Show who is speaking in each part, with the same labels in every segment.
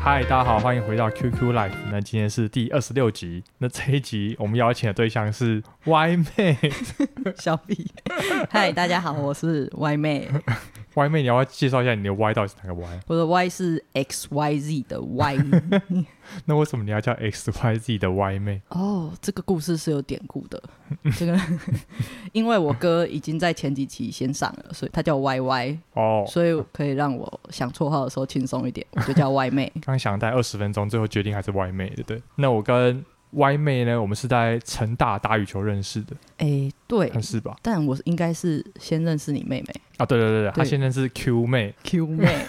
Speaker 1: 嗨，大家好，欢迎回到 QQ Life。那今天是第二十六集。那这一集我们邀请的对象是 Y 妹。
Speaker 2: 小 B，嗨，大家好，我是 Y 妹，
Speaker 1: Y 妹，你要不要介绍一下你的 Y 到底是哪个 Y？
Speaker 2: 我的 Y 是 X Y Z 的 Y。
Speaker 1: 那为什么你要叫 X Y Z 的 Y 妹？
Speaker 2: 哦，这个故事是有典故的，这个 因为我哥已经在前几期先上了，所以他叫 Y Y，
Speaker 1: 哦，
Speaker 2: 所以可以让我想绰号的时候轻松一点，我就叫 Y 妹。
Speaker 1: 刚想待二十分钟，最后决定还是 Y 妹，对不对？那我跟 Y 妹呢，我们是在成大打羽球认识的，
Speaker 2: 哎，对，
Speaker 1: 看是吧？
Speaker 2: 但我应该是先认识你妹妹
Speaker 1: 啊，对对对对，
Speaker 2: 对
Speaker 1: 她现在是 Q 妹
Speaker 2: Q 妹，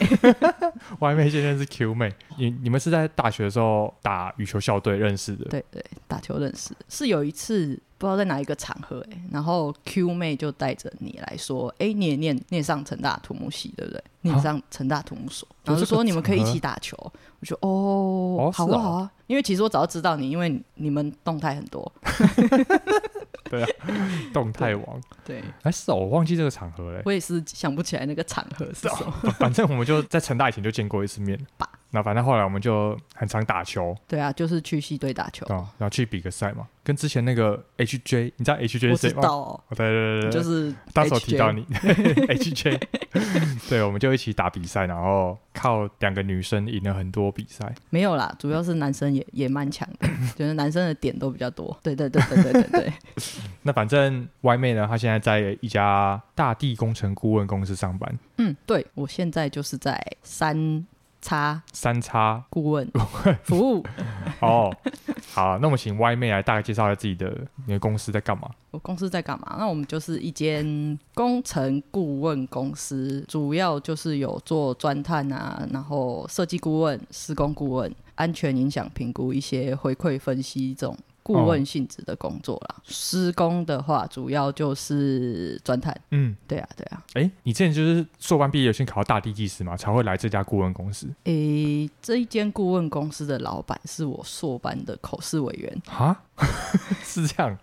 Speaker 1: ，Y 妹现在是 Q 妹。你你们是在大学的时候打羽球校队认识的？
Speaker 2: 对对，打球认识，是有一次不知道在哪一个场合、欸，然后 Q 妹就带着你来说，哎、你也念你也上成大土木系对不对？你也
Speaker 1: 啊
Speaker 2: 上成大土木所，
Speaker 1: 有
Speaker 2: 然后就
Speaker 1: 这个
Speaker 2: 说你们可以一
Speaker 1: 场合
Speaker 2: 起打球，我就哦
Speaker 1: 哦，
Speaker 2: 好
Speaker 1: 是
Speaker 2: 啊
Speaker 1: 哦
Speaker 2: 好啊，因为其实我早就知道你，因为你你们动态很多，
Speaker 1: 动态王。
Speaker 2: 对
Speaker 1: 哎，是哦，我忘记这个场合欸嘞。
Speaker 2: 我也是想不起来那个场合是什么，
Speaker 1: 反正我们就在成大以前就见过一次面
Speaker 2: 吧。
Speaker 1: 那反正后来我们就很常打球
Speaker 2: 对啊，就是去系队打球，
Speaker 1: 啊、然后去比个赛嘛，跟之前那个 HJ，你知道 HJ
Speaker 2: 我
Speaker 1: 是
Speaker 2: 知
Speaker 1: 谁吗？
Speaker 2: 道哦。
Speaker 1: 哦对对对对，
Speaker 2: 就是
Speaker 1: 到时候呃提到
Speaker 2: HJ
Speaker 1: 你 HJ，对， 我们就一起打比赛，然后靠两个女生赢了很多比赛。
Speaker 2: 没有啦，主要是男生也也蛮强的， 就是男生的点都比较多。对对对对对对对，
Speaker 1: 那反正 Y 妹呢，她现在在一家大地工程顾问公司上班，
Speaker 2: 嗯，对，我现在就是在三叉
Speaker 1: 三叉
Speaker 2: 顾问 服务。
Speaker 1: 哦。好，那我们请 Y 妹来大概介绍一下自己的你的公司在干嘛。
Speaker 2: 我公司在干嘛？那我们就是一间工程顾问公司，主要就是有做钻探啊，然后设计顾问、施工顾问、安全影响评估、一些回馈分析这种顾问性质的工作啦。施工的话，主要就是钻探。
Speaker 1: 嗯，
Speaker 2: 对啊，对啊。
Speaker 1: 哎，你之前就是硕班毕业有先考到大地技师嘛，才会来这家顾问公司
Speaker 2: 诶，这一间顾问公司的老板是我硕班的口试委员。
Speaker 1: 啊？ 是这样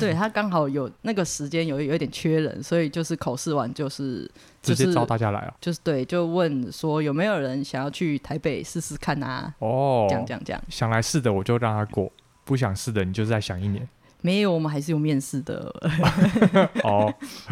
Speaker 2: 对他刚好有那个时间有有一点缺人，所以就是口试完就是
Speaker 1: 直
Speaker 2: 就
Speaker 1: 接
Speaker 2: 是
Speaker 1: 招大家来啊？
Speaker 2: 就是对，就问说有没有人想要去台北试试看啊？
Speaker 1: 哦，
Speaker 2: 这样这样这样，
Speaker 1: 想来试的我就让他过，不想试的你就是再想一年
Speaker 2: 没有，我们还是有面试的，
Speaker 1: 哦。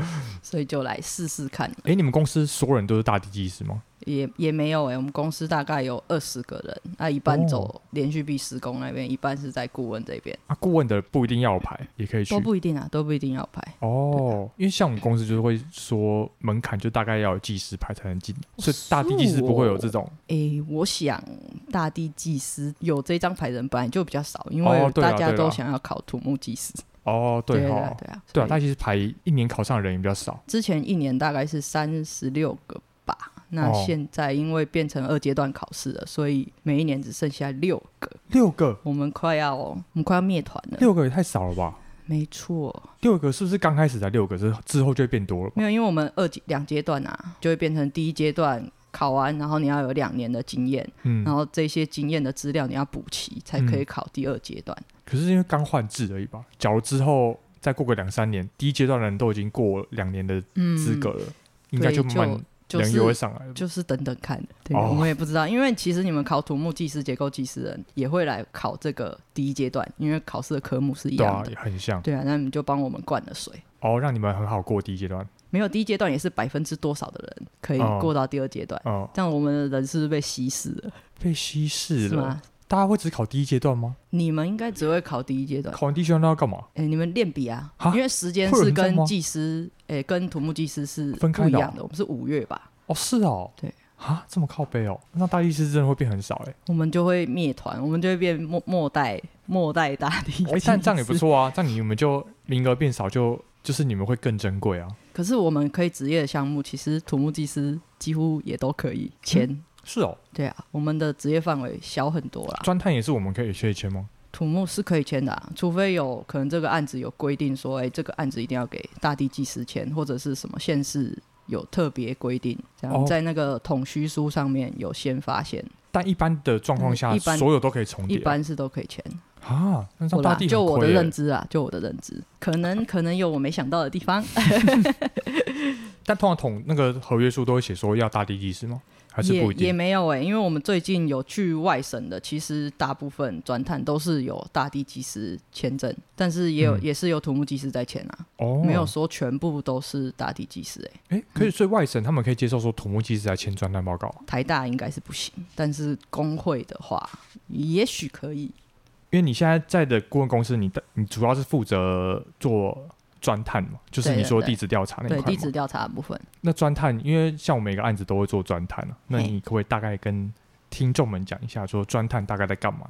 Speaker 2: 所以就来试试看。
Speaker 1: 哎，你们公司所有人都是大地技师吗？
Speaker 2: 也也没有哎、我们公司大概有二十个人，啊那一半
Speaker 1: 哦
Speaker 2: 走连续壁施工那边，一半是在顾问这边，
Speaker 1: 啊，顾问的不一定要有牌，也可以去
Speaker 2: 都不一定啊，都不一定要拍。
Speaker 1: 哦。因为像我们公司就是会说门槛就大概要有技师牌才能进，所以大地技师不会有这种
Speaker 2: 诶、我想大地技师有这张牌的人本来就比较少，因
Speaker 1: 哦
Speaker 2: 为
Speaker 1: 对啦
Speaker 2: 大家
Speaker 1: 对啦
Speaker 2: 都想要考土木技师。
Speaker 1: 哦。
Speaker 2: 对
Speaker 1: 对
Speaker 2: 啊
Speaker 1: 哦，
Speaker 2: 对啊，
Speaker 1: 对啊，
Speaker 2: 所
Speaker 1: 大
Speaker 2: 以
Speaker 1: 地技师牌一年考上的人也比较少。
Speaker 2: 之前一年大概是三十六个吧，那
Speaker 1: 哦
Speaker 2: 现在因为变成二阶段考试了，所以每一年只剩下六个，
Speaker 1: 六个，
Speaker 2: 我们快要我们快要灭团了。
Speaker 1: 六个也太少了吧？
Speaker 2: 没错，
Speaker 1: 六个是不是刚开始才六个，之之后就会变多了吧？
Speaker 2: 没有，因为我们二阶两阶段啊，就会变成第一阶段。考完，然后你要有两年的经验，
Speaker 1: 嗯
Speaker 2: 然，后这些经验的资料你要补齐，才可以考第二阶段。
Speaker 1: 可是因为刚换制而已吧。假如之后再过个两三年，第一阶段的人都已经过两年的
Speaker 2: 嗯，
Speaker 1: 资格了，应该就慢慢
Speaker 2: 就
Speaker 1: 人也会
Speaker 2: 是
Speaker 1: 上来了。
Speaker 2: 就是等等看，对、
Speaker 1: 哦
Speaker 2: 我们也不知道，因为其实你们考土木技师、结构技师的人也会来考这个第一阶段，因为考试的科目是一
Speaker 1: 对啊
Speaker 2: 样，的，
Speaker 1: 也很像
Speaker 2: 对啊，那你们就帮我们灌了水。
Speaker 1: 哦，让你们很好过第一阶段。
Speaker 2: 没有第一阶段也是百分之多少的人可以
Speaker 1: 哦
Speaker 2: 过到第二阶段，
Speaker 1: 哦、
Speaker 2: 这样我们的人是不是被稀释了？
Speaker 1: 被稀释
Speaker 2: 是
Speaker 1: 了。
Speaker 2: 吗？
Speaker 1: 大家会只考第一阶段吗？
Speaker 2: 你们应该只会考第一阶段，
Speaker 1: 考完第一阶段要干嘛？
Speaker 2: 哎、你们练笔啊
Speaker 1: 哈，
Speaker 2: 因为时间
Speaker 1: 会有
Speaker 2: 是
Speaker 1: 人这样
Speaker 2: 跟
Speaker 1: 吗
Speaker 2: 技师，哎、跟土木技师是
Speaker 1: 分开
Speaker 2: 不一
Speaker 1: 的哦
Speaker 2: 样的，我们是五月吧，
Speaker 1: 哦，是哦，
Speaker 2: 对
Speaker 1: 啊，这么靠背哦，那大一师真的会变很少哎、
Speaker 2: 我们就会灭团，我们就会变末末代末代大地。
Speaker 1: 哎、但这样也不。错啊，这样你们就名额变少就，就是你们会更珍贵啊。
Speaker 2: 可是我们可以职业的项目，其实土木技师几乎也都可以签。
Speaker 1: 是哦，
Speaker 2: 对啊，我们的职业范围小很多啦。
Speaker 1: 专探也是我们可以学一圈吗？
Speaker 2: 土木是可以签的、啊，除非有可能这个案子有规定说，哎、这个案子一定要给大地技师签，或者是什么县市有特别规定，这样、
Speaker 1: 哦
Speaker 2: 在那个统虚书上面有先发现，
Speaker 1: 但一般的状况下，
Speaker 2: 嗯一般
Speaker 1: 所有都可以重叠
Speaker 2: 一
Speaker 1: 啊。
Speaker 2: 般是都可以签。
Speaker 1: 啊，那
Speaker 2: 我
Speaker 1: 上大
Speaker 2: 啦，
Speaker 1: 地很
Speaker 2: 就我的
Speaker 1: 亏耶
Speaker 2: 认知啊，就我的认知，可能可能有我没想到的地方。
Speaker 1: 但通常统那个合约书都会写说要大地技师吗？ 还是
Speaker 2: 也
Speaker 1: 不一
Speaker 2: 也
Speaker 1: 定？
Speaker 2: 没有哎、因为我们最近有去外省的，其实大部分钻探都是有大地技师签证，但是也有、
Speaker 1: 嗯
Speaker 2: 也是有土木技师在签啊，
Speaker 1: 哦，
Speaker 2: 没有说全部都是大地技师哎、
Speaker 1: 哎、可以，所以外省他们可以接受说土木技师来签专单报告啊，
Speaker 2: 台大应该是不行，但是工会的话也许可以。
Speaker 1: 因为你现在在的顾问公司，你的你主要是负责做钻探嘛，就是
Speaker 2: 对
Speaker 1: 你
Speaker 2: 对
Speaker 1: 说
Speaker 2: 对
Speaker 1: 地质调查那一块
Speaker 2: 对
Speaker 1: 嘛。
Speaker 2: 地质调查的部分，
Speaker 1: 那钻探，因为像我每个案子都会做钻探啊，那
Speaker 2: 嘿
Speaker 1: 你可不可以大概跟听众们讲一下，说钻探大概在干嘛？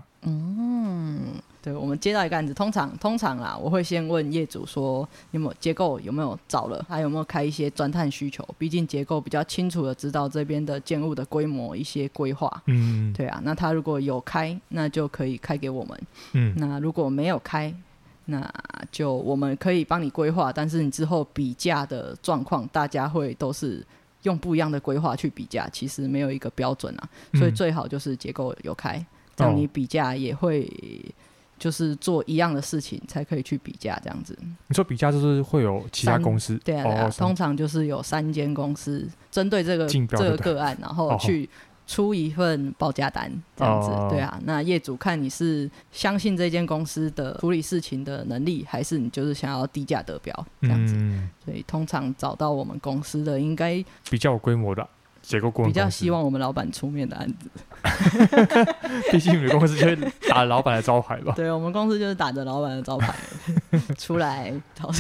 Speaker 2: 对我们接到一个案子，通常通常啦，我会先问业主说有没有结构有没有找了，还有没有开一些钻探需求，毕竟结构比较清楚的知道这边的建物的规模一些规划。
Speaker 1: 嗯
Speaker 2: 对啊，那他如果有开，那就可以开给我们；
Speaker 1: 嗯
Speaker 2: 那如果没有开，那就我们可以帮你规划，但是你之后比价的状况，大家会都是用不一样的规划去比价，其实没有一个标准啊，所以
Speaker 1: 嗯
Speaker 2: 最好就是结构有开，这样你比价也会就是做一样的事情才可以去比价这样子。
Speaker 1: 嗯你说比价就是会有其他
Speaker 2: 三
Speaker 1: 公司
Speaker 2: 对啊，对啊，
Speaker 1: 哦
Speaker 2: 通常就是有三间公司针对这个
Speaker 1: 竞标
Speaker 2: 这个
Speaker 1: 就对
Speaker 2: 个案，然
Speaker 1: 哦
Speaker 2: 后去出一份报价单，这样子。
Speaker 1: 哦
Speaker 2: 对啊，那业主看你是相信这间公司的处理事情的能力，还是你就是想要低价得标这样子。
Speaker 1: 嗯、
Speaker 2: 所以通常找到我们公司的，应该
Speaker 1: 比较有规模的结构顾问
Speaker 2: 比较
Speaker 1: 公司
Speaker 2: 希，望我们老板出面的案子。。
Speaker 1: 毕竟你们公司就会打老板的招牌吧
Speaker 2: 对我们公司就是打着老板的招牌 出来讨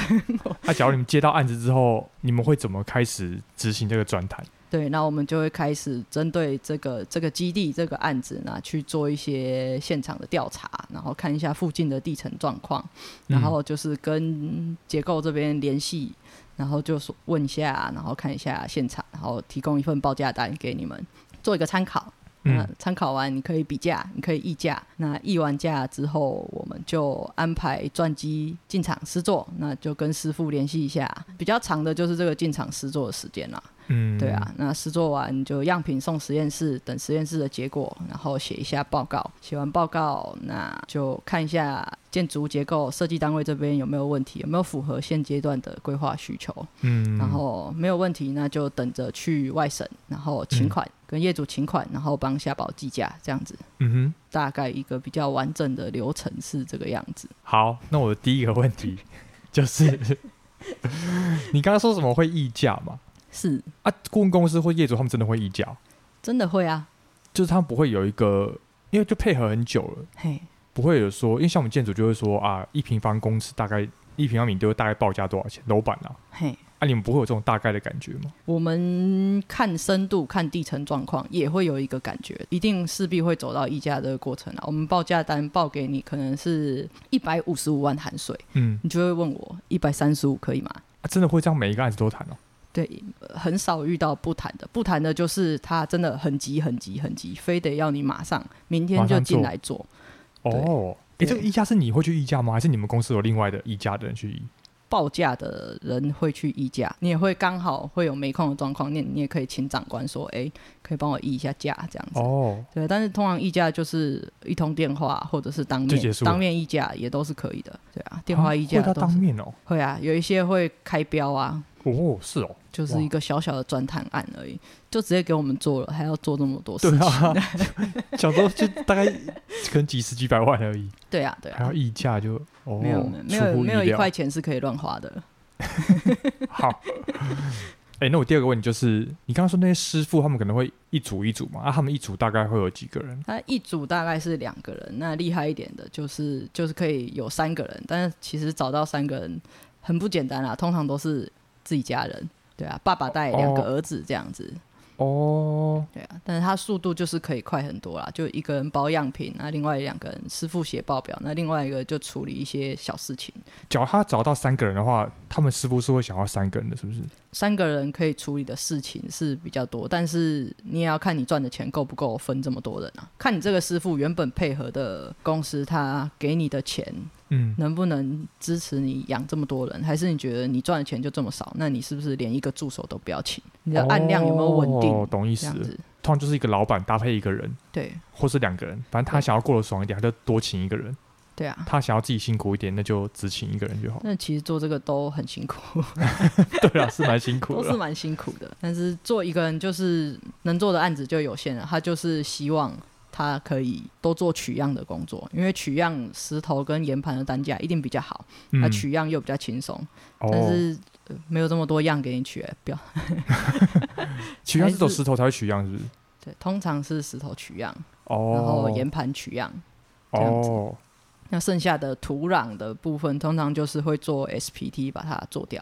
Speaker 1: 那假如你们接到案子之后，你们会怎么开始执行这个专谈？
Speaker 2: 对，那我们就会开始针对这个这个基地这个案子呢，去做一些现场的调查，然后看一下附近的地层状况，然
Speaker 1: 嗯
Speaker 2: 后就是跟结构这边联系，然后就说问一下，然后看一下现场，然后提供一份报价单给你们做一个参考。那
Speaker 1: 嗯
Speaker 2: 参考完，你可以比价，你可以议价。那议完价之后，我们就安排钻机进场施作，那就跟师傅联系一下。比较长的就是这个进场施作的时间啦。
Speaker 1: 嗯，
Speaker 2: 对啊，那试做完就样品送实验室，等实验室的结果，然后写一下报告。写完报告，那就看一下建筑结构设计单位这边有没有问题，有没有符合现阶段的规划需求。
Speaker 1: 嗯，
Speaker 2: 然后没有问题，那就等着去外省，然后请款、跟业主请款，然后帮下保计价这样子。
Speaker 1: 嗯哼。
Speaker 2: 大概一个比较完整的流程是这个样子。
Speaker 1: 好，那我的第一个问 题就是， 你刚刚说什么会议价嘛？
Speaker 2: 是
Speaker 1: 啊，顾问公司或业主他们真的会议价，
Speaker 2: 真的会啊，
Speaker 1: 就是他们不会有一个，因为就配合很久了，
Speaker 2: 嘿，
Speaker 1: 不会有说，因为像我们建筑就会说啊，一平方公尺大概一平方米都大概报价多少钱，楼板啊，
Speaker 2: 嘿。
Speaker 1: 啊，你们不会有这种大概的感觉吗？
Speaker 2: 我们看深度、看地层状况，也会有一个感觉，一定势必会走到议价这个过程啊。我们报价单报给你，可能是一百五十五万含税，
Speaker 1: 嗯，
Speaker 2: 你就会问我一百三十五可以吗？
Speaker 1: 啊、真的会这样每一个案子都谈哦、
Speaker 2: 对，呃很少遇到不谈的，不谈的就是他真的很急、很急、很急，非得要你马上明天就进来做。对
Speaker 1: 哦，诶，
Speaker 2: 对
Speaker 1: 这个议价是你会去议价吗？还是你们公司有另外的议价的人去议？
Speaker 2: 报价的人会去议价，你也会刚好会有没空的状况，你你也可以请长官说，哎，可以帮我议一下价这样子。
Speaker 1: 哦，
Speaker 2: 对，但是通常议价就是一通电话，或者是当
Speaker 1: 就
Speaker 2: 面
Speaker 1: 结束了
Speaker 2: 当面议价也都是可以的。对啊，电
Speaker 1: 啊
Speaker 2: 话议价
Speaker 1: 会到
Speaker 2: 都是、
Speaker 1: 当面哦，
Speaker 2: 会啊，有一些会开标啊，
Speaker 1: 哦，是哦，
Speaker 2: 就是
Speaker 1: 哇
Speaker 2: 一个小小的专探案而已，就直接给我们做了，还要做这么多事
Speaker 1: 对
Speaker 2: 情。
Speaker 1: 啊， 想说就大概可能几十几百万而已，
Speaker 2: 对啊，对
Speaker 1: 还
Speaker 2: 啊
Speaker 1: 要，议价就哦，
Speaker 2: 没有没有没
Speaker 1: 出
Speaker 2: 有
Speaker 1: 乎
Speaker 2: 没有
Speaker 1: 意
Speaker 2: 一
Speaker 1: 料
Speaker 2: 块钱是可以乱花的。
Speaker 1: 好。 哎、那我第二个问题就是，你刚刚说那些师傅他们可能会一组一组嘛？啊，他们一组大概会有几个人？
Speaker 2: 它一组大概是两个人，那厉害一点的就是就是可以有三个人，但是其实找到三个人很不简单啦，啊通常都是自己家人。对啊，爸爸带两个
Speaker 1: 哦
Speaker 2: 儿子这样子。
Speaker 1: 哦，
Speaker 2: 对啊，但是它速度就是可以快很多啦，就一个人包样品，那另外两个人师傅写报表，那另外一个就处理一些小事情。
Speaker 1: 假如他找到三个人的话，他们师傅是会想要三个人的，是不是？
Speaker 2: 三个人可以处理的事情是比较多，但是你也要看你赚的钱够不够分这么多人啊，看你这个师傅原本配合的公司他给你的钱
Speaker 1: 嗯，
Speaker 2: 能不能支持你养这么多人，还是你觉得你赚的钱就这么少，那你是不是连一个助手都不要请？你的案量有没有稳定？
Speaker 1: 哦、懂意
Speaker 2: 这
Speaker 1: 思
Speaker 2: 样
Speaker 1: 了。
Speaker 2: 子，
Speaker 1: 通常就是一个老板搭配一个人，
Speaker 2: 对，
Speaker 1: 或是两个人，反正他想要过得爽一点，他就多请一个人。
Speaker 2: 对啊，
Speaker 1: 他想要自己辛苦一点，那就只请一个人就好。
Speaker 2: 那其实做这个都很辛苦，
Speaker 1: 对啊，是蛮辛苦
Speaker 2: 都
Speaker 1: 的
Speaker 2: 是
Speaker 1: 啦。
Speaker 2: 蛮辛苦的。但是做一个人就是能做的案子就有限了，他就是希望他可以多做取样的工作，因为取样石头跟岩盘的单价一定比较好，那、
Speaker 1: 嗯，
Speaker 2: 取样又比较轻松，但
Speaker 1: 哦，
Speaker 2: 是、呃没有这么多样给你取、欸，不要
Speaker 1: 取样是走
Speaker 2: 还是
Speaker 1: 石头才会取样，是不是？
Speaker 2: 对，通常是石头取样，
Speaker 1: 哦，
Speaker 2: 然后岩盘取样。这样子
Speaker 1: 哦，
Speaker 2: 那剩下的土壤的部分，通常就是会做 SPT 把它做掉，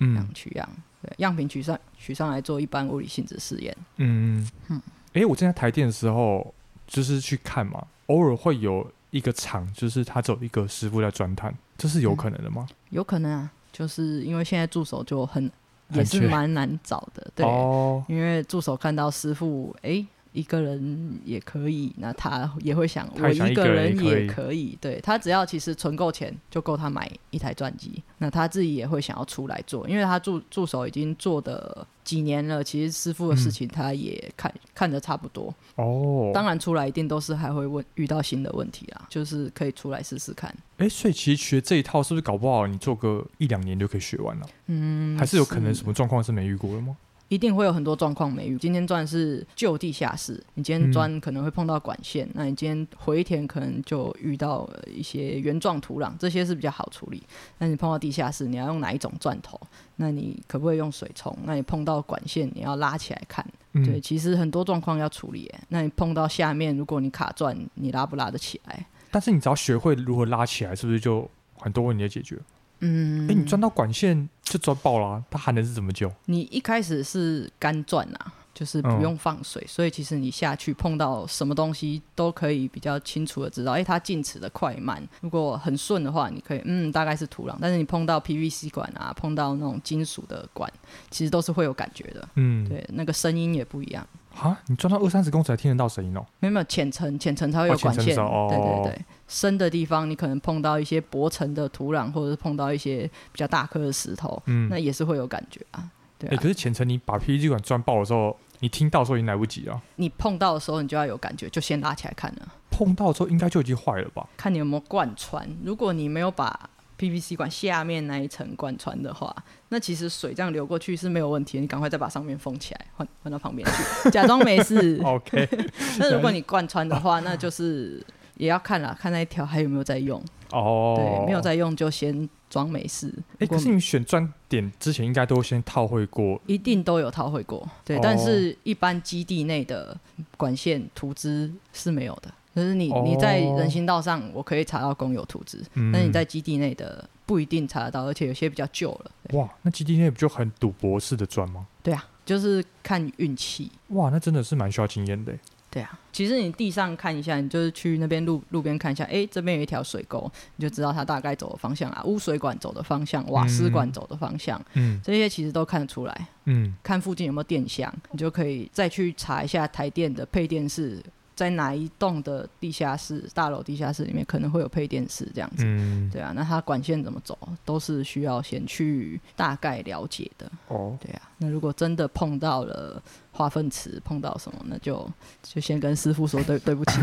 Speaker 2: 这
Speaker 1: 嗯
Speaker 2: 样取样，对，样品取上取上来做一般物理性质试验。
Speaker 1: 嗯嗯
Speaker 2: 嗯。
Speaker 1: 哎、我之前在台电的时候，就是去看嘛，偶尔会有一个厂，就是他只有一个师傅在钻探，这
Speaker 2: 嗯
Speaker 1: 是有可能的吗？
Speaker 2: 有可能啊，就是因为现在助手就很
Speaker 1: 很
Speaker 2: 也是
Speaker 1: 缺
Speaker 2: 蛮难找的，对，
Speaker 1: 哦，
Speaker 2: 因为助手看到师傅哎、诶一个人也可以，那他也会想
Speaker 1: 他
Speaker 2: 我
Speaker 1: 也想一个
Speaker 2: 个
Speaker 1: 人
Speaker 2: 人
Speaker 1: 也可以
Speaker 2: 也可以，对他只要其实存够钱就够他买一台钻机，那他自己也会想要出来做，因为他助助手已经做的几年了，其实师傅的事情他也看、看着差不多，
Speaker 1: 哦，
Speaker 2: 当然出来一定都是还会问遇到新的问题啦，就是可以出来试试看。
Speaker 1: 哎、所以其实学这一套是不是搞不好你做个一两年就可以学完了？
Speaker 2: 嗯，
Speaker 1: 还是有可能什么状况是没遇过的吗？
Speaker 2: 一定会有很多状况没遇。今天钻是就地下室，你今
Speaker 1: 嗯
Speaker 2: 天钻可能会碰到管线，那你今天回填可能就遇到呃一些原状土壤，这些是比较好处理。那你碰到地下室，你要用哪一种钻头？那你可不可以用水冲？那你碰到管线，你要拉起来看。
Speaker 1: 嗯，
Speaker 2: 对，其实很多状况要处理耶。那你碰到下面，如果你卡钻，你拉不拉得起来？
Speaker 1: 但是你只要学会如何拉起来，是不是就很多问题就解决？
Speaker 2: 嗯，
Speaker 1: 哎、你钻到管线就钻爆啦、它还能是怎么救？
Speaker 2: 你一开始是干钻啊，就是
Speaker 1: 嗯
Speaker 2: 不用放水，所以其实你下去碰到什么东西都可以比较清楚的知道，哎、它进尺的快慢。如果很顺的话，你可以嗯大概是土壤，但是你碰到 PVC 管啊，碰到那种金属的管，其实都是会有感觉的。
Speaker 1: 嗯，
Speaker 2: 对，那个声音也不一样。
Speaker 1: 啊，你钻到二三十公尺还听得到声音哦、
Speaker 2: 没有没有浅层，浅层才会有
Speaker 1: 哦浅
Speaker 2: 管
Speaker 1: 层
Speaker 2: 线。
Speaker 1: 是哦
Speaker 2: 对对对，深的地方你可能碰到一些薄层的土壤，或者是碰到一些比较大颗的石头，
Speaker 1: 嗯，
Speaker 2: 那也是会有感觉啊。对
Speaker 1: 哎、
Speaker 2: 啊，
Speaker 1: 可是浅层你把 PET 管钻爆的时候，你听到的时候已经来不及了，
Speaker 2: 你碰到的时候，你就要有感觉，就先拉起来看了，
Speaker 1: 碰到的时候应该就已经坏了吧？。
Speaker 2: 看你有没有贯穿。如果你没有把 PVC 管下面那一层贯穿的话，那其实水这样流过去是没有问题的。你赶快再把上面封起来，换换到旁边去，假装没事
Speaker 1: OK，
Speaker 2: 那如果你贯穿的话，那就是也要看啦，看那一条还有没有在用。
Speaker 1: 哦，
Speaker 2: 对，没有。在用就先装没事。
Speaker 1: 哎、
Speaker 2: 如果
Speaker 1: 可是你选钻点之前应该都先套会过，
Speaker 2: 一定都有淘会过，对，
Speaker 1: 哦
Speaker 2: 但是一般基地内的管线图资是没有的，就是你、
Speaker 1: 哦
Speaker 2: 你在人行道上，我可以查到公有图资，
Speaker 1: 嗯
Speaker 2: 但是你在基地内的不一定查得到，而且有些比较旧了，对
Speaker 1: 哇，那基地内不就很赌博式的钻吗？
Speaker 2: 对啊，就是看运气，
Speaker 1: 哇，那真的是蛮需要经验的欸。
Speaker 2: 对啊，其实你地上看一下，你就是去那边路路边看一下，诶，这边有一条水沟，你就知道它大概走的方向啊，污水管走的方向，瓦斯管走的方向，
Speaker 1: 嗯
Speaker 2: 这些其实都看得出来，
Speaker 1: 嗯，
Speaker 2: 看附近有没有电箱，你就可以再去查一下台电的配电室在哪一栋的地下室、大楼地下室里面可能会有配电室这样子。
Speaker 1: 嗯，
Speaker 2: 对啊，那它管线怎么走，都是需要先去大概了解的。
Speaker 1: 哦，
Speaker 2: 对啊，那如果真的碰到了化粪池，碰到什么，那就就先跟师傅说对对不 起。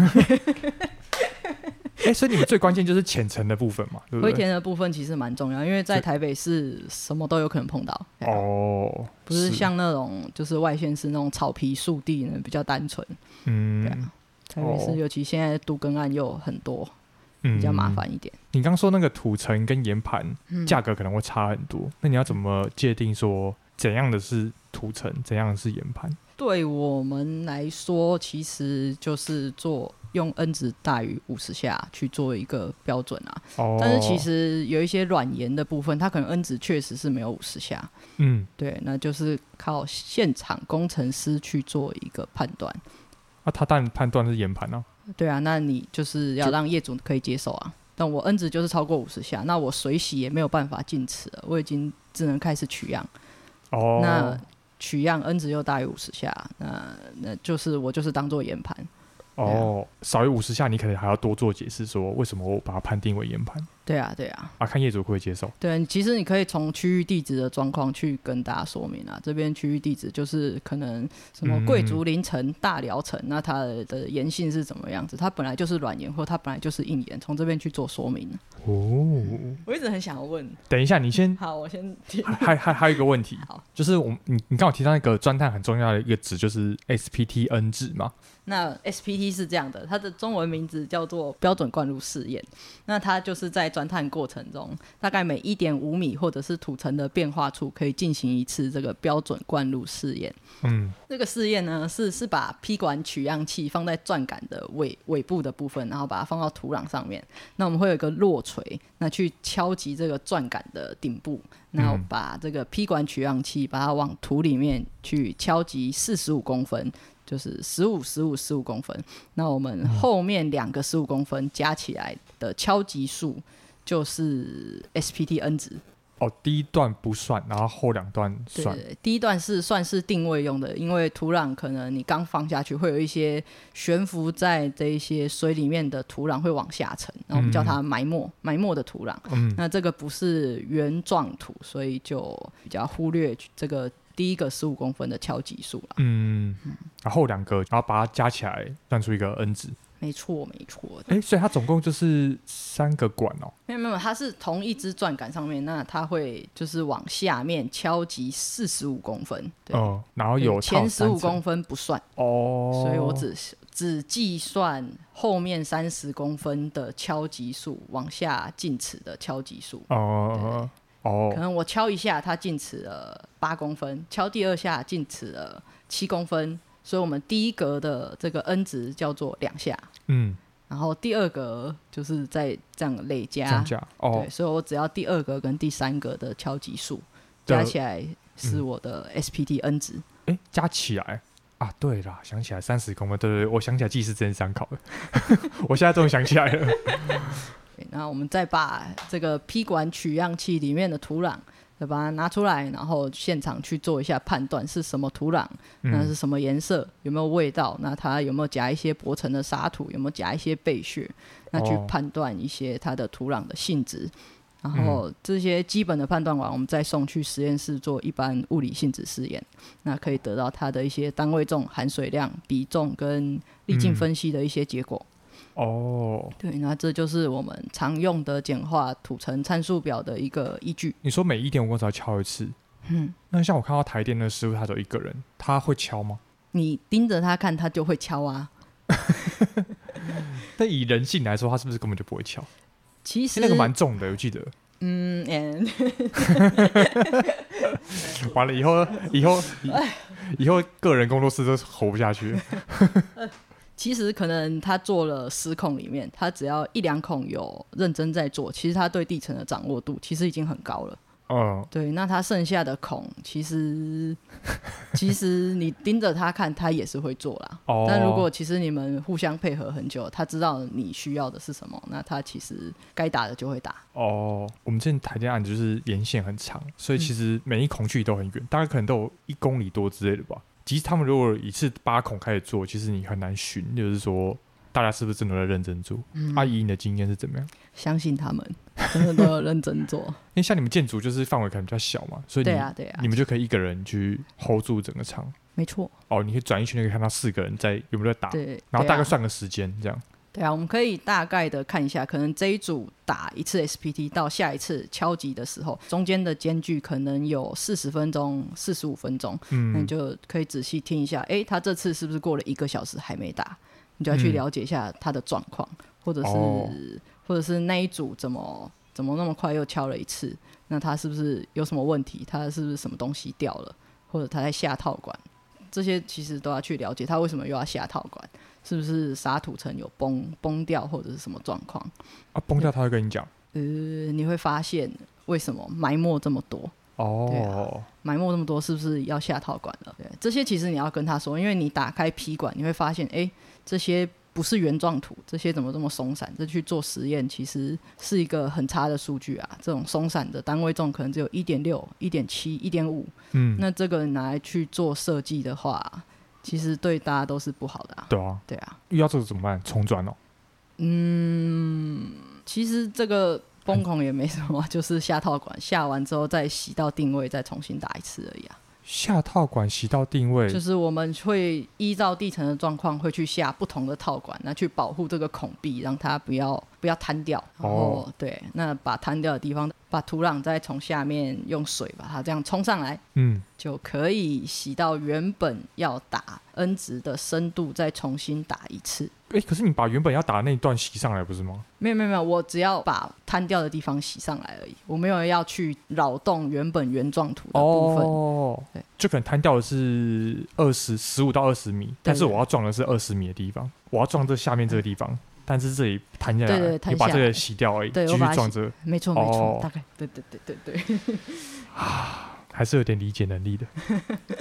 Speaker 1: 哎、所以你们最关键就是浅层的部分嘛，对不
Speaker 2: 灰
Speaker 1: 对？
Speaker 2: 田的部分其实蛮重要，因为在
Speaker 1: 是
Speaker 2: 台北市什么都有可能碰到。对啊
Speaker 1: 哦，
Speaker 2: 不是像那种就是外县市那种草皮树地呢比较单纯，对啊
Speaker 1: 嗯，
Speaker 2: 台北
Speaker 1: 哦
Speaker 2: 市尤其现在都更案又很多，
Speaker 1: 嗯
Speaker 2: 比较麻。烦一点。
Speaker 1: 你刚说那个土层跟岩盘
Speaker 2: 嗯
Speaker 1: 价格可能会差很多，那你要怎么界定说怎样的是土层，怎样的是岩盘？
Speaker 2: 对我们来说，其实就是做用 N 值大于五十下去做一个标准啊。
Speaker 1: 哦，
Speaker 2: 但是其实有一些软岩的部分，它可能 N 值确实是没有五十下，
Speaker 1: 嗯，
Speaker 2: 对，那就是靠现场工程师去做一个判断。
Speaker 1: 那、啊他当然判断是岩盘啊。
Speaker 2: 对啊，那你就是要
Speaker 1: 就
Speaker 2: 让业主可以接受啊。但我 N 值就是超过五十下，那我水洗也没有办法进池了，我已经只能开始取样。
Speaker 1: 哦，
Speaker 2: 那取样 N 值又大于五十下，那那就是我就是当做岩盘。啊
Speaker 1: 哦，少于五十下，你可能还要多做解释，说为什么我把它判定为岩盘。
Speaker 2: 对啊，对啊，
Speaker 1: 啊，看业主可不可以接受。
Speaker 2: 对啊，其实你可以从区域地址的状况去跟大家说明啊。这边区域地址就是可能什么贵族林城、大寮城，那它的盐性是怎么样子？它本来就是软盐，或它本来就是硬盐，从这边去做说明。
Speaker 1: 哦，
Speaker 2: 我一直很想要问，
Speaker 1: 等一下，你 先
Speaker 2: 好，我先听。
Speaker 1: 还还还有一个问题
Speaker 2: 好，
Speaker 1: 就是我们你你刚好提到那个钻探很重要的一个值，就是 SPTN 值嘛。
Speaker 2: 那 SPT 是这样的，它的中文名字叫做标准灌入试验。那它就是在钻探过程中，大概每一点五米或者是土层的变化处，可以进行一次这个标准灌入试验。
Speaker 1: 嗯，
Speaker 2: 这个试验呢，是是把劈管取样器放在钻杆的尾尾部的部分，然后把它放到土壤上面。那我们会有一个落锤，那去敲击这个钻杆的顶部，然后把这个劈管取样器把它往土里面去敲击四十五公分，就是十五、十五、十五公分。那我们后面两个十五公分加起来的敲击数就是 SPT N 值。
Speaker 1: 哦，第一段不算，然后后两段
Speaker 2: 对
Speaker 1: 算。
Speaker 2: 对，第一段是算是定位用的，因为土壤可能你刚放下去，会有一些悬浮在这一些水里面的土壤会往下沉，那我们叫它埋没、埋没的土壤。
Speaker 1: 嗯，
Speaker 2: 那这个不是原状土，所以就比较忽略这个第一个十五公分的敲击数了。
Speaker 1: 嗯，然后两个，然后把它加起来，算出一个 N 值。
Speaker 2: 没错，没错。
Speaker 1: 哎，所以它总共就是三个管哦。
Speaker 2: 没有没有，它是同一只钻杆上面，那它会就是往下面敲击四十五公分，对，
Speaker 1: 嗯，然后有
Speaker 2: 前
Speaker 1: 套
Speaker 2: 十
Speaker 1: 三
Speaker 2: 五
Speaker 1: 层
Speaker 2: 公分不算。
Speaker 1: 哦，
Speaker 2: 所以我只只计算后面三十公分的敲击数往下进尺的敲击数。
Speaker 1: 哦
Speaker 2: 可
Speaker 1: 哦
Speaker 2: 能我敲一下，它进尺了八公分；敲第二下，进尺了七公分。所以我们第一格的这个 n 值叫做两下，
Speaker 1: 嗯，
Speaker 2: 然后第二格就是在这样累
Speaker 1: 这
Speaker 2: 加
Speaker 1: 样。加哦
Speaker 2: 对，所以我只要第二格跟第三格的敲击数
Speaker 1: 对
Speaker 2: 加起来是
Speaker 1: 嗯
Speaker 2: 我的 SPT n 值。
Speaker 1: 哎，加起来啊，对啦，想起来三十公分，对对对，我想起来记是真参考了， 我现在终于想起来 了，
Speaker 2: 对然后我们再把这个批管取样器里面的土壤，再把它拿出来，然后现场去做一下判断是什么土壤，那是
Speaker 1: 嗯
Speaker 2: 什么颜色，有没有味道，那它有没有夹一些薄层的沙土，有没有夹一些贝屑，那去
Speaker 1: 哦
Speaker 2: 判断一些它的土壤的性质。然后
Speaker 1: 嗯
Speaker 2: 这些基本的判断完，我们再送去实验室做一般物理性质试验，那可以得到它的一些单位重、含水量、比重跟粒径
Speaker 1: 嗯
Speaker 2: 分析的一些结果。
Speaker 1: 哦，
Speaker 2: 对，那这就是我们常用的简化土层参数表的一个依据。
Speaker 1: 你说每一点五公尺要敲一次，
Speaker 2: 嗯，
Speaker 1: 那像我看到台电的师傅，他只有一个人，他会敲吗？
Speaker 2: 你盯着它看，它就会敲啊。
Speaker 1: 但以人性来说，他是不是根本就不会敲？
Speaker 2: 其
Speaker 1: 其
Speaker 2: 实
Speaker 1: 实那个蛮重的，我记得。
Speaker 2: 嗯嗯，
Speaker 1: 完了以后，以后，
Speaker 2: 哎
Speaker 1: 以以后个人工作室都活不下去了。
Speaker 2: 其实可能他做了十孔里面，他只要一两孔有认真在做，其实他对地层的掌握度其实已经很高了。
Speaker 1: 嗯，
Speaker 2: 对，那他剩下的孔，其实 其实你盯着他看，他也是会做啦。
Speaker 1: 哦。
Speaker 2: 但如果其实你们互相配合很久，他知道你需要的是什么，那他其实该打的就会打。
Speaker 1: 哦，我们之前台电案就是沿线很长，所以其实每一孔距离都很远，大概可能都有一公里多之类的吧。即使他们如果一次八孔开始做，其实你很难寻，就是说大家是不是真的在认真做？
Speaker 2: 嗯
Speaker 1: 阿、姨，你的经验是怎么样？
Speaker 2: 相信他们，真的都有认 真做。
Speaker 1: 因为像你们建筑就是范围可能比较小嘛，所以你、
Speaker 2: 对啊，对啊
Speaker 1: 你，们就可以一个人去 hold 住整个场。
Speaker 2: 没错，
Speaker 1: 哦，你可以转一圈，就可以看到四个人在有没有在打，
Speaker 2: 对。
Speaker 1: 然后大概
Speaker 2: 对啊
Speaker 1: 算个时间这样。
Speaker 2: 对啊，我们可以大概的看一下，可能这一组打一次 SPT 到下一次敲击的时候，中间的间距可能有四十分钟、四十五分钟，那你
Speaker 1: 嗯，
Speaker 2: 就可以仔细听一下，诶，他这次是不是过了一个小时还没打？你就要去
Speaker 1: 嗯
Speaker 2: 了解一下他的状况，或者是、
Speaker 1: 哦
Speaker 2: 或者是那一组怎么怎么那么快又敲了一次？那他是不是有什么问题？他是不是什么东西掉了？或者他在下套管？这些其实都要去了解，他为什么又要下套管？是不是沙土层有崩崩掉，或者是什么状况？
Speaker 1: 啊，崩掉他会跟你讲。
Speaker 2: 呃，你会发现为什么埋没这么多？对啊
Speaker 1: 哦，
Speaker 2: 埋没那么多，是不是要下套管了？对，这些其实你要跟他说，因为你打开皮管，你会发现，哎，这些不是原状土，这些怎么这么松散？这去做实验其实是一个很差的数据啊。这种松散的单位重可能只有一点六、一点七、一点五，
Speaker 1: 嗯，
Speaker 2: 那这个拿来去做设计的话，其实对大家都是不好的、啊。
Speaker 1: 对啊，
Speaker 2: 对啊，
Speaker 1: 遇到这个怎么办？重转哦。
Speaker 2: 其实这个崩孔也没什么，就是下套管下完之后再洗到定位，再重新打一次而已啊。
Speaker 1: 下套管洗到定位，
Speaker 2: 就是我们会依照地层的状况，会去下不同的套管，那去保护这个孔壁，让它不要不要坍掉。然后、
Speaker 1: 哦
Speaker 2: 对，那把坍掉的地方，把土壤再从下面用水把它这样冲上来，
Speaker 1: 嗯，
Speaker 2: 就可以洗到原本要打 N 值的深度，再重新打一次。
Speaker 1: 哎、可是你把原本要打的那一段洗上来不是吗？
Speaker 2: 没有没有没有，我只要把摊掉的地方洗上来而已，我没有要去扰动原本原状图的部分。
Speaker 1: 哦
Speaker 2: 对，
Speaker 1: 就可能摊掉的是二十十五到二十米，但是
Speaker 2: 对嗯
Speaker 1: 我要撞的是二十米的地方，我要撞这下面这个地方，但是这里摊下来，
Speaker 2: 对对对摊
Speaker 1: 你把
Speaker 2: 下
Speaker 1: 这个
Speaker 2: 来
Speaker 1: 洗掉而已，
Speaker 2: 对
Speaker 1: 继
Speaker 2: 我
Speaker 1: 续
Speaker 2: 把它
Speaker 1: 撞
Speaker 2: 洗
Speaker 1: 这个，
Speaker 2: 没错没错
Speaker 1: 哦，
Speaker 2: 大概对对对对对，
Speaker 1: 还是有点理解能力 的。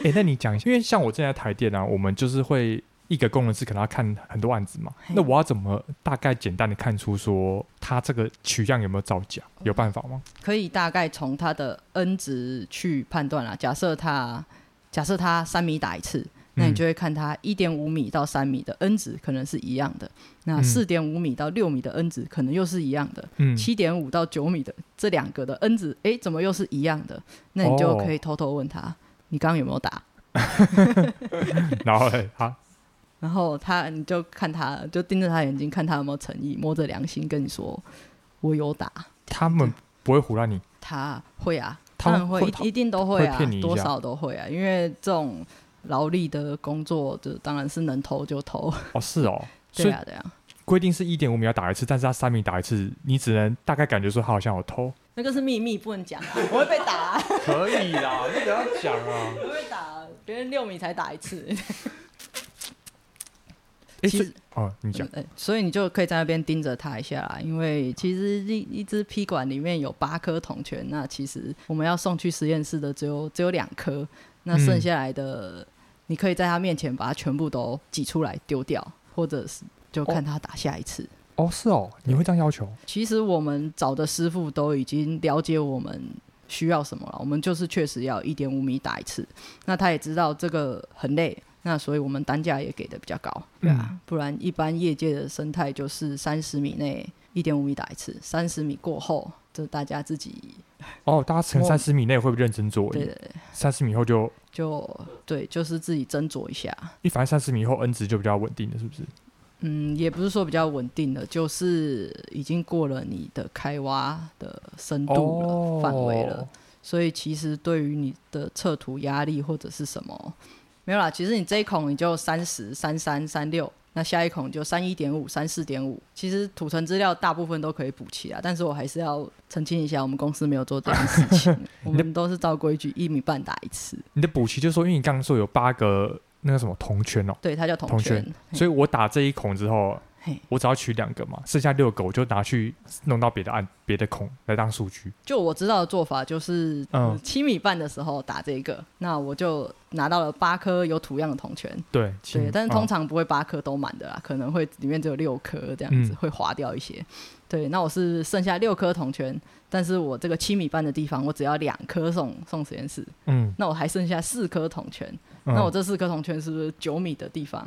Speaker 1: 哎、那你讲一下，因为像我之前在台电啊，我们就是会一个工程师可能要看很多案子嘛，
Speaker 2: 嘿
Speaker 1: 那我要怎么大概简单的看出说他这个取样有没有造假？有办法吗？
Speaker 2: 可以大概从它的 n 值去判断啦。假设它假设它三米打一次，那
Speaker 1: 嗯
Speaker 2: 你就会看它一点五米到三米的 n 值可能是一样的，那
Speaker 1: 嗯
Speaker 2: 四点五米到六米的 n 值可能又是一样的，
Speaker 1: 嗯，
Speaker 2: 七点五到九米的这两个的 N 值，诶，怎么又是一样的？那你就
Speaker 1: 哦
Speaker 2: 可以偷偷问他，你刚刚有没有打？
Speaker 1: 然后嘞他
Speaker 2: 然后他你就看他，就盯着他眼睛，看他有没有诚意，摸着良心跟你说，我有打。
Speaker 1: 他们不会唬烂你，
Speaker 2: 他会啊，
Speaker 1: 他
Speaker 2: 当然会，
Speaker 1: 会他
Speaker 2: 一一定都会啊
Speaker 1: 会骗你一下
Speaker 2: 多少都会啊，因为这种劳力的工作，就当然是能偷就偷。
Speaker 1: 哦是哦，所
Speaker 2: 对
Speaker 1: 以
Speaker 2: 啊，对啊，
Speaker 1: 规定是一点五秒打一次，但是他三米打一次，你只能大概感觉说他好像有偷，
Speaker 2: 那个是秘密，不能讲啊， 我会被打啊、
Speaker 1: 可以啦，你不要讲啊。
Speaker 2: 我会被打啊，别人六米才打一次。
Speaker 1: 哎、
Speaker 2: 其
Speaker 1: 所
Speaker 2: 实
Speaker 1: 以哦，你讲
Speaker 2: 嗯呃所以你就可以在那边盯着它一下啦，因为其实一一只批管里面有八颗铜钱，那其实我们要送去实验室的只有只有两颗，那剩下来的、你可以在他面前把它全部都挤出来丢掉，或者是就看他打下一次。
Speaker 1: 哦是哦，你会这样要求？
Speaker 2: 其实我们找的师傅都已经了解我们需要什么了，我们就是确实要一点五米打一次。那他也知道这个很累，那所以我们单价也给的比较高，对啊，不然一般业界的生态就是三十米内一点五米打一次，三十米过后就大家自己
Speaker 1: 哦，大家乘
Speaker 2: 我
Speaker 1: 三十米内会不会认真做而
Speaker 2: 对
Speaker 1: 已？
Speaker 2: 对对
Speaker 1: 三十米后就
Speaker 2: 就对，就是自己斟酌一下。
Speaker 1: 一反正三十米以后 N 值就比较稳定了，是不是？
Speaker 2: 嗯，也不是说比较稳定的，就是已经过了你的开挖的深度了、范围
Speaker 1: 哦
Speaker 2: 了。所以其实对于你的测图压力或者是什么，没有啦。其实你这一孔你就三十、三三、三六，那下一孔你就三一点五、三四点五。其实土层资料大部分都可以补齐啦，但是我还是要澄清一下，我们公司没有做这件事 情，我们都是照规矩一米半打一次。
Speaker 1: 你的补齐就是说，因为你刚刚说有八个那个什么铜圈哦，
Speaker 2: 对，它叫铜
Speaker 1: 铜
Speaker 2: 圈。
Speaker 1: 所以我打这一孔之后，
Speaker 2: 嘿，
Speaker 1: 我只要取两个嘛，剩下六个我就拿去弄到别的按别的孔来当数据。
Speaker 2: 就我知道的做法就是，
Speaker 1: 嗯
Speaker 2: 七米半的时候打这个，那我就拿到了八颗有土样的铜圈。
Speaker 1: 对，
Speaker 2: 对，
Speaker 1: 请
Speaker 2: 但是通
Speaker 1: 嗯
Speaker 2: 常不会八颗都满的啦，可能会里面只有六颗这样子，
Speaker 1: 嗯
Speaker 2: 会划掉一些。对，那我是剩下六颗铜圈，但是我这个七米半的地方，我只要两颗送送实验室，
Speaker 1: 嗯，
Speaker 2: 那我还剩下四颗铜圈，
Speaker 1: 嗯
Speaker 2: 那我这四颗铜圈是不是九米的地方？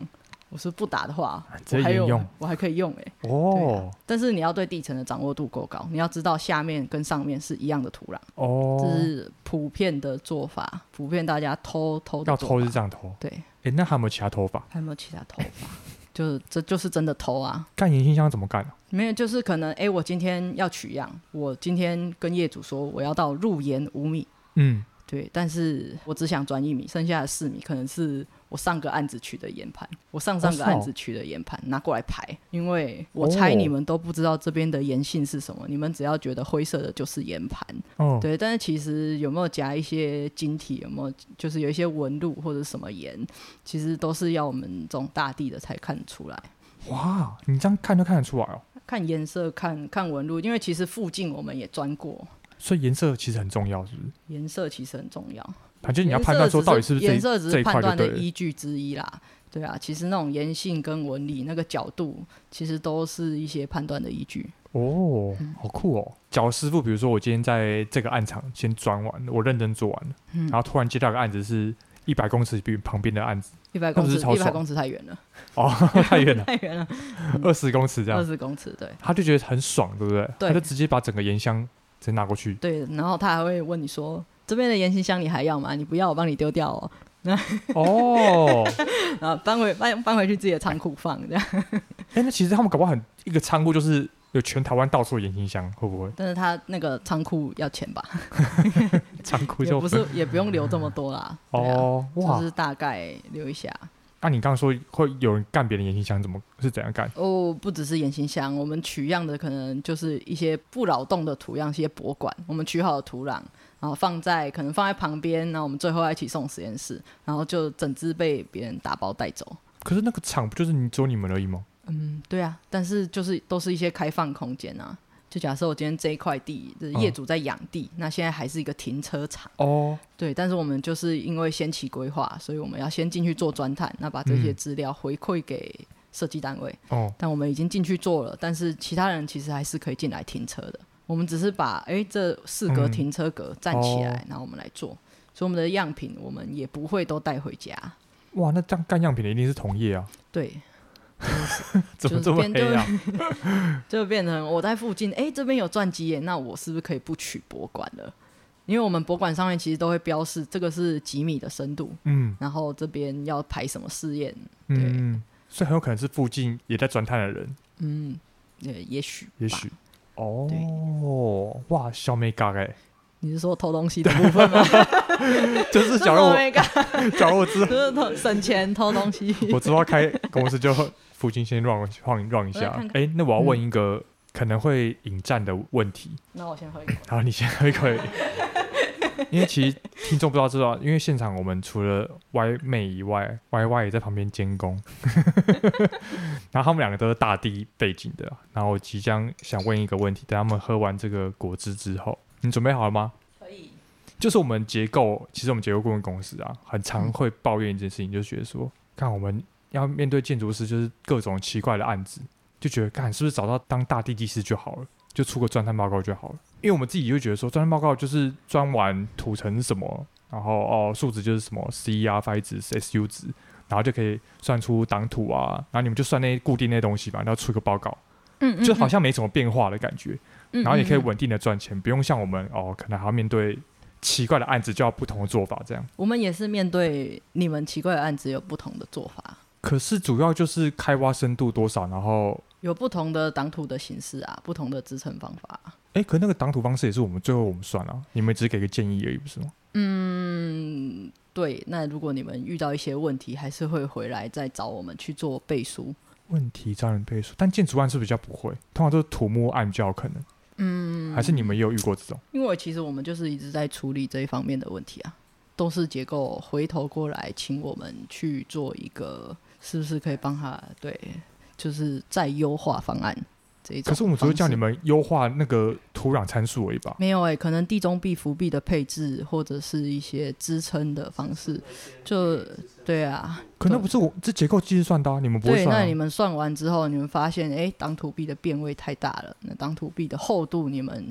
Speaker 2: 我是不打的话，
Speaker 1: 直
Speaker 2: 我还
Speaker 1: 接沿
Speaker 2: 有
Speaker 1: 用
Speaker 2: 我还可以用哎、对
Speaker 1: 哦
Speaker 2: 啊但是你要对地层的掌握度够高，你要知道下面跟上面是一样的土壤，这
Speaker 1: 哦，
Speaker 2: 是普遍的做法，普遍大家偷偷的
Speaker 1: 要
Speaker 2: 做
Speaker 1: 偷
Speaker 2: 法
Speaker 1: 是这样偷。
Speaker 2: 对。
Speaker 1: 诶，那还有没有其他偷法？
Speaker 2: 还有没有其他头发？就是这就是真的偷啊，
Speaker 1: 干银杏香怎么干啊？
Speaker 2: 没有，就是可能哎、诶我今天要取样，我今天跟业主说我要到入盐五米，
Speaker 1: 嗯，
Speaker 2: 对，但是我只想转一米，剩下的四米可能是我上个案子取的研盘，我上上
Speaker 1: 哦是
Speaker 2: 个
Speaker 1: 哦
Speaker 2: 案子取的研盘、拿过来排，因为我猜
Speaker 1: 哦
Speaker 2: 你们都不知道这边的盐性是什么，你们只要觉得灰色的就是盐盘，
Speaker 1: 哦，
Speaker 2: 对，但是其实有没有加一些晶体，有没有就是有一些纹路或者什么盐，其实都是要我们这种大地的才看得出来。
Speaker 1: 哇，你这样看就看得出来哦。
Speaker 2: 看颜色，看看纹路，因为其实附近我们也钻过，
Speaker 1: 所以颜色其实很重要，是不是？
Speaker 2: 颜色其实很重要。
Speaker 1: 反正你要判断说到底是不是这
Speaker 2: 颜
Speaker 1: 一
Speaker 2: 色只
Speaker 1: 这
Speaker 2: 是
Speaker 1: 一
Speaker 2: 判
Speaker 1: 块就
Speaker 2: 断
Speaker 1: 对
Speaker 2: 的
Speaker 1: 了。
Speaker 2: 依据之一啦。对啊，其实那种颜性跟纹理那个角度，其实都是一些判断的依据。
Speaker 1: 哦，
Speaker 2: 嗯
Speaker 1: 好酷哦！假如师傅，
Speaker 2: 嗯
Speaker 1: 比如说我今天在这个暗场先钻完了，我认真做完了，然后突然接到一个案子是一百公尺比旁边的案子
Speaker 2: 一百
Speaker 1: 那
Speaker 2: 公
Speaker 1: 不是
Speaker 2: 尺，
Speaker 1: 超
Speaker 2: 一百
Speaker 1: 爽
Speaker 2: 公尺太远了，
Speaker 1: 哦， 太远了，
Speaker 2: 太远了，
Speaker 1: 二十公尺这
Speaker 2: 二
Speaker 1: 样，
Speaker 2: 十公尺，对
Speaker 1: 他就觉得很爽，对不对？
Speaker 2: 对
Speaker 1: 他就直接把整个盐箱直接拿过 去，
Speaker 2: 对。然后他还会问你说：“这边的盐行箱你还要吗？你不要，我帮你丢掉哦。
Speaker 1: 哦，”
Speaker 2: 然后搬回搬搬回去自己的仓库放这样。
Speaker 1: 哎，那其实他们搞不好很一个仓库就是有全台湾到处的盐行箱，会不会
Speaker 2: 但是他那个仓库要钱吧，
Speaker 1: 仓库
Speaker 2: 也
Speaker 1: 就
Speaker 2: 不是也不用留这么 多啦。对啊，
Speaker 1: 哦哇
Speaker 2: 就？是大概留一下。
Speaker 1: 那你刚刚说会有人干别人盐行箱，怎么是怎样干？
Speaker 2: 哦，不只是盐行箱，我们取样的可能就是一些不扰动的土样，一些博管，我们取好的土壤，然后放在可能放在旁边，然后我们最后要一起送实验室，然后就整只被别人打包带走。
Speaker 1: 可是那个厂不就是你只有你们而已吗？
Speaker 2: 嗯，对啊，但是就是都是一些开放空间啊。就假设我今天这一块地，就是
Speaker 1: 嗯
Speaker 2: 业主在养地，那现在还是一个停车场，
Speaker 1: 哦，
Speaker 2: 对。但是我们就是因为先期规划，所以我们要先进去做钻探，那把这些
Speaker 1: 嗯
Speaker 2: 资料回馈给设计单位。
Speaker 1: 哦，
Speaker 2: 但我们已经进去做了，但是其他人其实还是可以进来停车的。我们只是把诶这四格
Speaker 1: 嗯
Speaker 2: 停车格站起来，
Speaker 1: 哦
Speaker 2: 然后我们来做。所以我们的样品我们也不会都带回家，
Speaker 1: 哇，那这样干样品的一定是同业啊，
Speaker 2: 对，
Speaker 1: 怎么这么
Speaker 2: 就是
Speaker 1: 黑啊？
Speaker 2: 就变成我在附近，诶这边有钻机耶，那我是不是可以不取博管了？因为我们博管上面其实都会标示这个是几米的深度，
Speaker 1: 嗯
Speaker 2: 然后这边要排什么试验， 对
Speaker 1: 嗯，所以很有可能是附近也在钻探的人，
Speaker 2: 嗯，呃，也许吧，
Speaker 1: 也许。哦，哇，小美嘎 哎，
Speaker 2: 你是说偷东西的部分吗？
Speaker 1: 就是假如
Speaker 2: 我
Speaker 1: 我
Speaker 2: 没干，
Speaker 1: 假如我之后
Speaker 2: 就是偷省钱偷东西。
Speaker 1: 我之后开公司就附近先让晃让一
Speaker 2: 我来
Speaker 1: 下
Speaker 2: 看。
Speaker 1: 哎，那我要问一个可能会引战的问题，
Speaker 2: 那我先喝一口。
Speaker 1: 然后你先喝一口饮料。 因为其实听众不知道知道，因为现场我们除了 Y 妹以外，Y Y 也在旁边监工， 然后他们两个都是大地背景的。啊然后我即将想问一个问题，等他们喝完这个果汁之后，你准备好了吗？
Speaker 2: 可以。
Speaker 1: 就是我们结构，其实我们结构顾问公司啊，很常会抱怨一件事情，就是觉得说，看我们要面对建筑师，就是各种奇怪的案子，就觉得看是不是找到当大地技师就好了，就出个钻探报告就好了。因为我们自己就觉得说，钻探报告就是钻完土层是什么，然后哦数值就是什么 C 啊、phi 值、SU 值，然后就可以算出挡土啊，然后你们就算那些固定那些东西嘛，然后出个报告，
Speaker 2: 嗯
Speaker 1: 就好像没什么变化的感觉。
Speaker 2: 嗯
Speaker 1: 然后也可以。稳定的赚钱，不用像我们哦，可能还要面对奇怪的案子，就要不同的做法这样。
Speaker 2: 我们也是面对你们奇怪的案子有不同的做法，
Speaker 1: 可是主要就是开挖深度多少，然后
Speaker 2: 有不同的挡土的形式啊，不同的支撑方法。
Speaker 1: 哎，可那个挡土方式也是我们最后我们算了、你们只是给个建议而已，不是吗？
Speaker 2: 嗯，对。那如果你们遇到一些问题，还是会回来再找我们去做背书。
Speaker 1: 问题招人背书，但建筑案是比较不会，通常都是土木案比较有可能，
Speaker 2: 嗯，
Speaker 1: 还是你们也有遇过这种？
Speaker 2: 因为其实我们就是一直在处理这一方面的问题啊，都是结构回头过来请我们去做一个，是不是可以帮他对，就是再优化方案这一种
Speaker 1: 可
Speaker 2: 方式。
Speaker 1: 是我们只会叫你们优化那个土壤参数而已吧？
Speaker 2: 没有哎、可能地中壁、浮壁的配置，或者是一些支撑的方式，就对啊，
Speaker 1: 可那不是我这结构技术算的、啊，你们不会
Speaker 2: 对。那
Speaker 1: 算、
Speaker 2: 你
Speaker 1: 啊。
Speaker 2: 们算完之后，你们发现，哎、挡土壁的变位太大了，那挡土壁的厚度，你们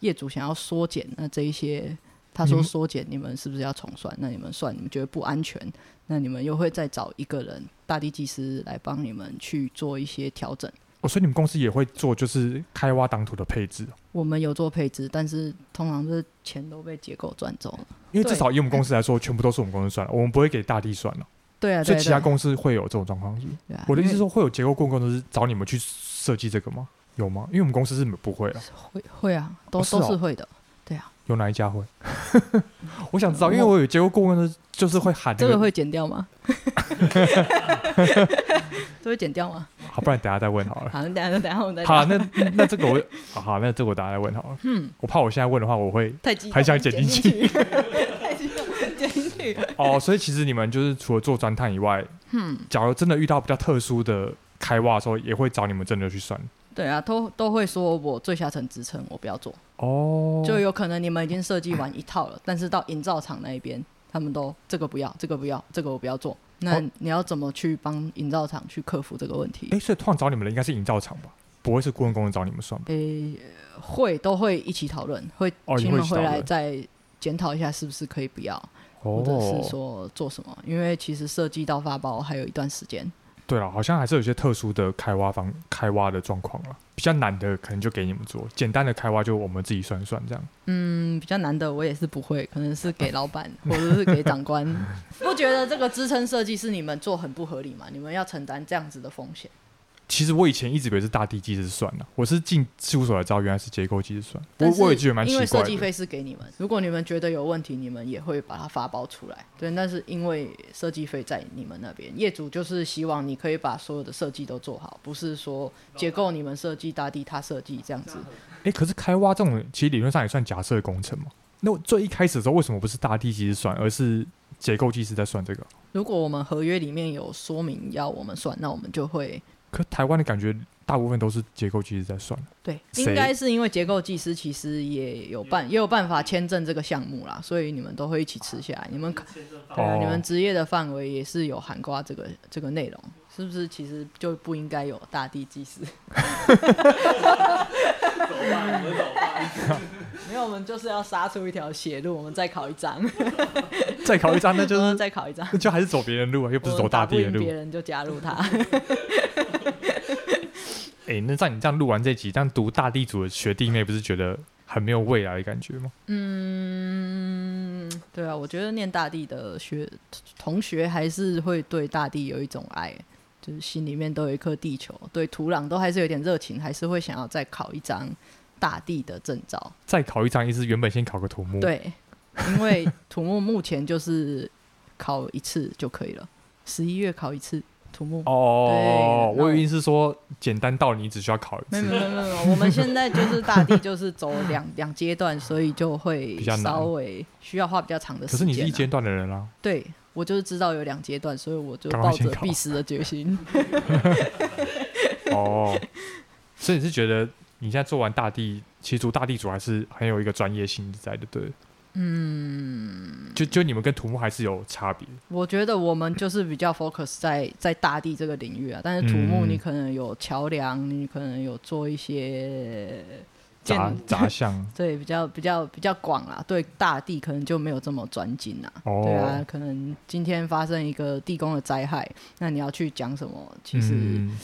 Speaker 2: 业主想要缩减，那这一些他
Speaker 1: 你
Speaker 2: 说
Speaker 1: 们
Speaker 2: 缩减，你们是不是要重算？那你们算，你们觉得不安全，那你们又会再找一个人大地技师来帮你们去做一些调整。
Speaker 1: 哦，所以你们公司也会做就是开挖挡土的配置，
Speaker 2: 我们有做配置，但是通常是钱都被结构赚走了。
Speaker 1: 因为至
Speaker 2: 对
Speaker 1: 少以我们公司来说，全部都是我们公司算 了，我们不会给大地算了。
Speaker 2: 对啊，
Speaker 1: 所
Speaker 2: 对
Speaker 1: 以
Speaker 2: 啊
Speaker 1: 其他
Speaker 2: 对啊
Speaker 1: 公司会有这种状况，是不是？
Speaker 2: 对啊
Speaker 1: 我的意
Speaker 2: 因
Speaker 1: 思
Speaker 2: 为
Speaker 1: 是说，会有结构顾问公司找你们去设计这个吗？有吗？因为我们公司是不会 了，
Speaker 2: 会会啊，都、
Speaker 1: 哦是
Speaker 2: 都
Speaker 1: 哦
Speaker 2: 是会的。
Speaker 1: 有哪一家 会？我想知道，因为我有结构顾问的，就是会喊、那
Speaker 2: 这
Speaker 1: 个
Speaker 2: 个会剪掉吗？ 这会剪掉吗？
Speaker 1: 好，不然等下再问好 了。
Speaker 2: 好，那等一下等一下我们再
Speaker 1: 好，
Speaker 2: 聊
Speaker 1: 那那那这个我好好，那这个我等下再问好了。嗯，我怕我现在问的话，我会
Speaker 2: 太激动了，
Speaker 1: 还想剪
Speaker 2: 剪
Speaker 1: 进去
Speaker 2: 去， 太激动了，剪进去。
Speaker 1: 哦。所以其实你们就是除了做钻探以外，嗯，假如真的遇到比较特殊的开挖的时候，也会找你们真的去算
Speaker 2: 对啊，都都会说我最下层支撑我不要做，
Speaker 1: 哦。
Speaker 2: 就有可能你们已经设计完一套了，但是到营造厂那一边，他们都这个不要，这个不要，这个我不要做。那
Speaker 1: 哦
Speaker 2: 你要怎么去帮营造厂去克服这个问题？
Speaker 1: 哎，所以通常找你们的应该是营造厂吧，不会是顾问公司找你们算吧？
Speaker 2: 诶、呃会都会一起讨论，会
Speaker 1: 哦也
Speaker 2: 请你
Speaker 1: 会一
Speaker 2: 们
Speaker 1: 起
Speaker 2: 回
Speaker 1: 讨
Speaker 2: 来
Speaker 1: 论
Speaker 2: 再检讨一下，是不是可以不要？或
Speaker 1: 哦
Speaker 2: 者是说做什么，因为其实设计到发包还有一段时间。
Speaker 1: 对了，好像还是有一些特殊的开挖方开挖的状况了，比较难的可能就给你们做，简单的开挖就我们自己算一算这样。
Speaker 2: 嗯，比较难的我也是不会，可能是给 老板或者是给长官。不觉得这个支撑设计是你们做很不合理吗？你们要承担这样子的风险。
Speaker 1: 其实我以前一直以为是大地技师算了，啊我是进事务所才知道原来是结构技师算，我
Speaker 2: 但是
Speaker 1: 我也觉得蛮奇
Speaker 2: 因为设
Speaker 1: 怪
Speaker 2: 计
Speaker 1: 的。
Speaker 2: 费是给你们，如果你们觉得有问题，你们也会把它发包出来。对，但是因为设计费在你们那边，业主就是希望你可以把所有的设计都做好，不是说结构你们设计，大地他设计这样子。
Speaker 1: 哎，可是开挖这种其实理论上也算假设工程嘛。那我最一开始的时候为什么不是大地技师算，而是结构技师在算这个？
Speaker 2: 如果我们合约里面有说明要我们算，那我们就会
Speaker 1: 可台湾的感觉大部分都是结构技师在算，
Speaker 2: 对，
Speaker 1: 谁
Speaker 2: 应该是因为结构技师其实也有办也有办法签证这个项目啦，所以你们都会一起吃下来。你们可对啊，
Speaker 1: 哦
Speaker 2: 你们职业的范围也是有涵盖这个这个内容，是不是？其实就不应该有大地技 师。没有，我们就是要杀出一条血路，我们再考一张，
Speaker 1: 再考一张那 就
Speaker 2: 我们
Speaker 1: 是，
Speaker 2: 再考一张
Speaker 1: 那就还是走别人路啊，又不是
Speaker 2: 嗯我
Speaker 1: 走
Speaker 2: 们
Speaker 1: 大
Speaker 2: 打不
Speaker 1: 地的
Speaker 2: 赢
Speaker 1: 路
Speaker 2: 别。人就加入他。
Speaker 1: 哎、那在你这样录完这集，这样读大地主的学弟妹，不是觉得很没有未来的感觉吗？
Speaker 2: 嗯，对啊，我觉得念大地的学同学还是会对大地有一种爱，就是心里面都有一颗地球，对土壤都还是有点热情，还是会想要再考一张大地的证照。
Speaker 1: 再考一张，意思原本先考个土木，，
Speaker 2: 对，因为土木目前就是考一次就可以了，十一月考一次土木。
Speaker 1: 哦，
Speaker 2: 对
Speaker 1: 我以为是说简单到你只需要考一
Speaker 2: 没有
Speaker 1: 次
Speaker 2: 没，有没有没有，我们现在就是大地就是走两两阶段，所以就会
Speaker 1: 比较难
Speaker 2: 稍微需要花比较长的
Speaker 1: 可
Speaker 2: 时
Speaker 1: 是
Speaker 2: 间、啊。
Speaker 1: 你是一阶段的人啊，
Speaker 2: 对我就是知道有两阶段，所以我就
Speaker 1: 赶快
Speaker 2: 抱着
Speaker 1: 先考
Speaker 2: 必死的决心。
Speaker 1: 哦，所以你是觉得你现在做完大地，其实读大地主还是很有一个专业性在的，对，嗯，就就你们跟土木还是有差 别，
Speaker 2: 我觉得我们就是比较 focus 在在大地这个领域啊，但是土木
Speaker 1: 嗯
Speaker 2: 你可能有桥梁，你可能有做一些
Speaker 1: 杂
Speaker 2: 建
Speaker 1: 杂项，
Speaker 2: 对比较比较比较广啦，对大地可能就没有这么专精啦。
Speaker 1: 哦，
Speaker 2: 对啊，可能今天发生一个地宫的灾害，那你要去讲什么？其实、
Speaker 1: 嗯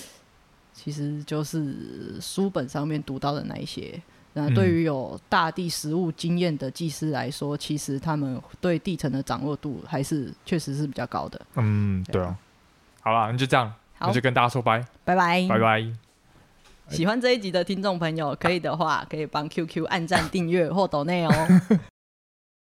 Speaker 2: 其实就是书本上面读到的那一些。那对
Speaker 1: 嗯
Speaker 2: 于有大地实务经验的技师来说，其实他们对地层的掌握度还是确实是比较高的。
Speaker 1: 嗯，对啊，好啦，那就这样，
Speaker 2: 好嗯
Speaker 1: 那就跟大家说拜，
Speaker 2: 拜拜，
Speaker 1: 拜。拜。
Speaker 2: 喜欢这一集的听众朋友，可以的话可以帮 QQ 按赞、订阅或抖内哦。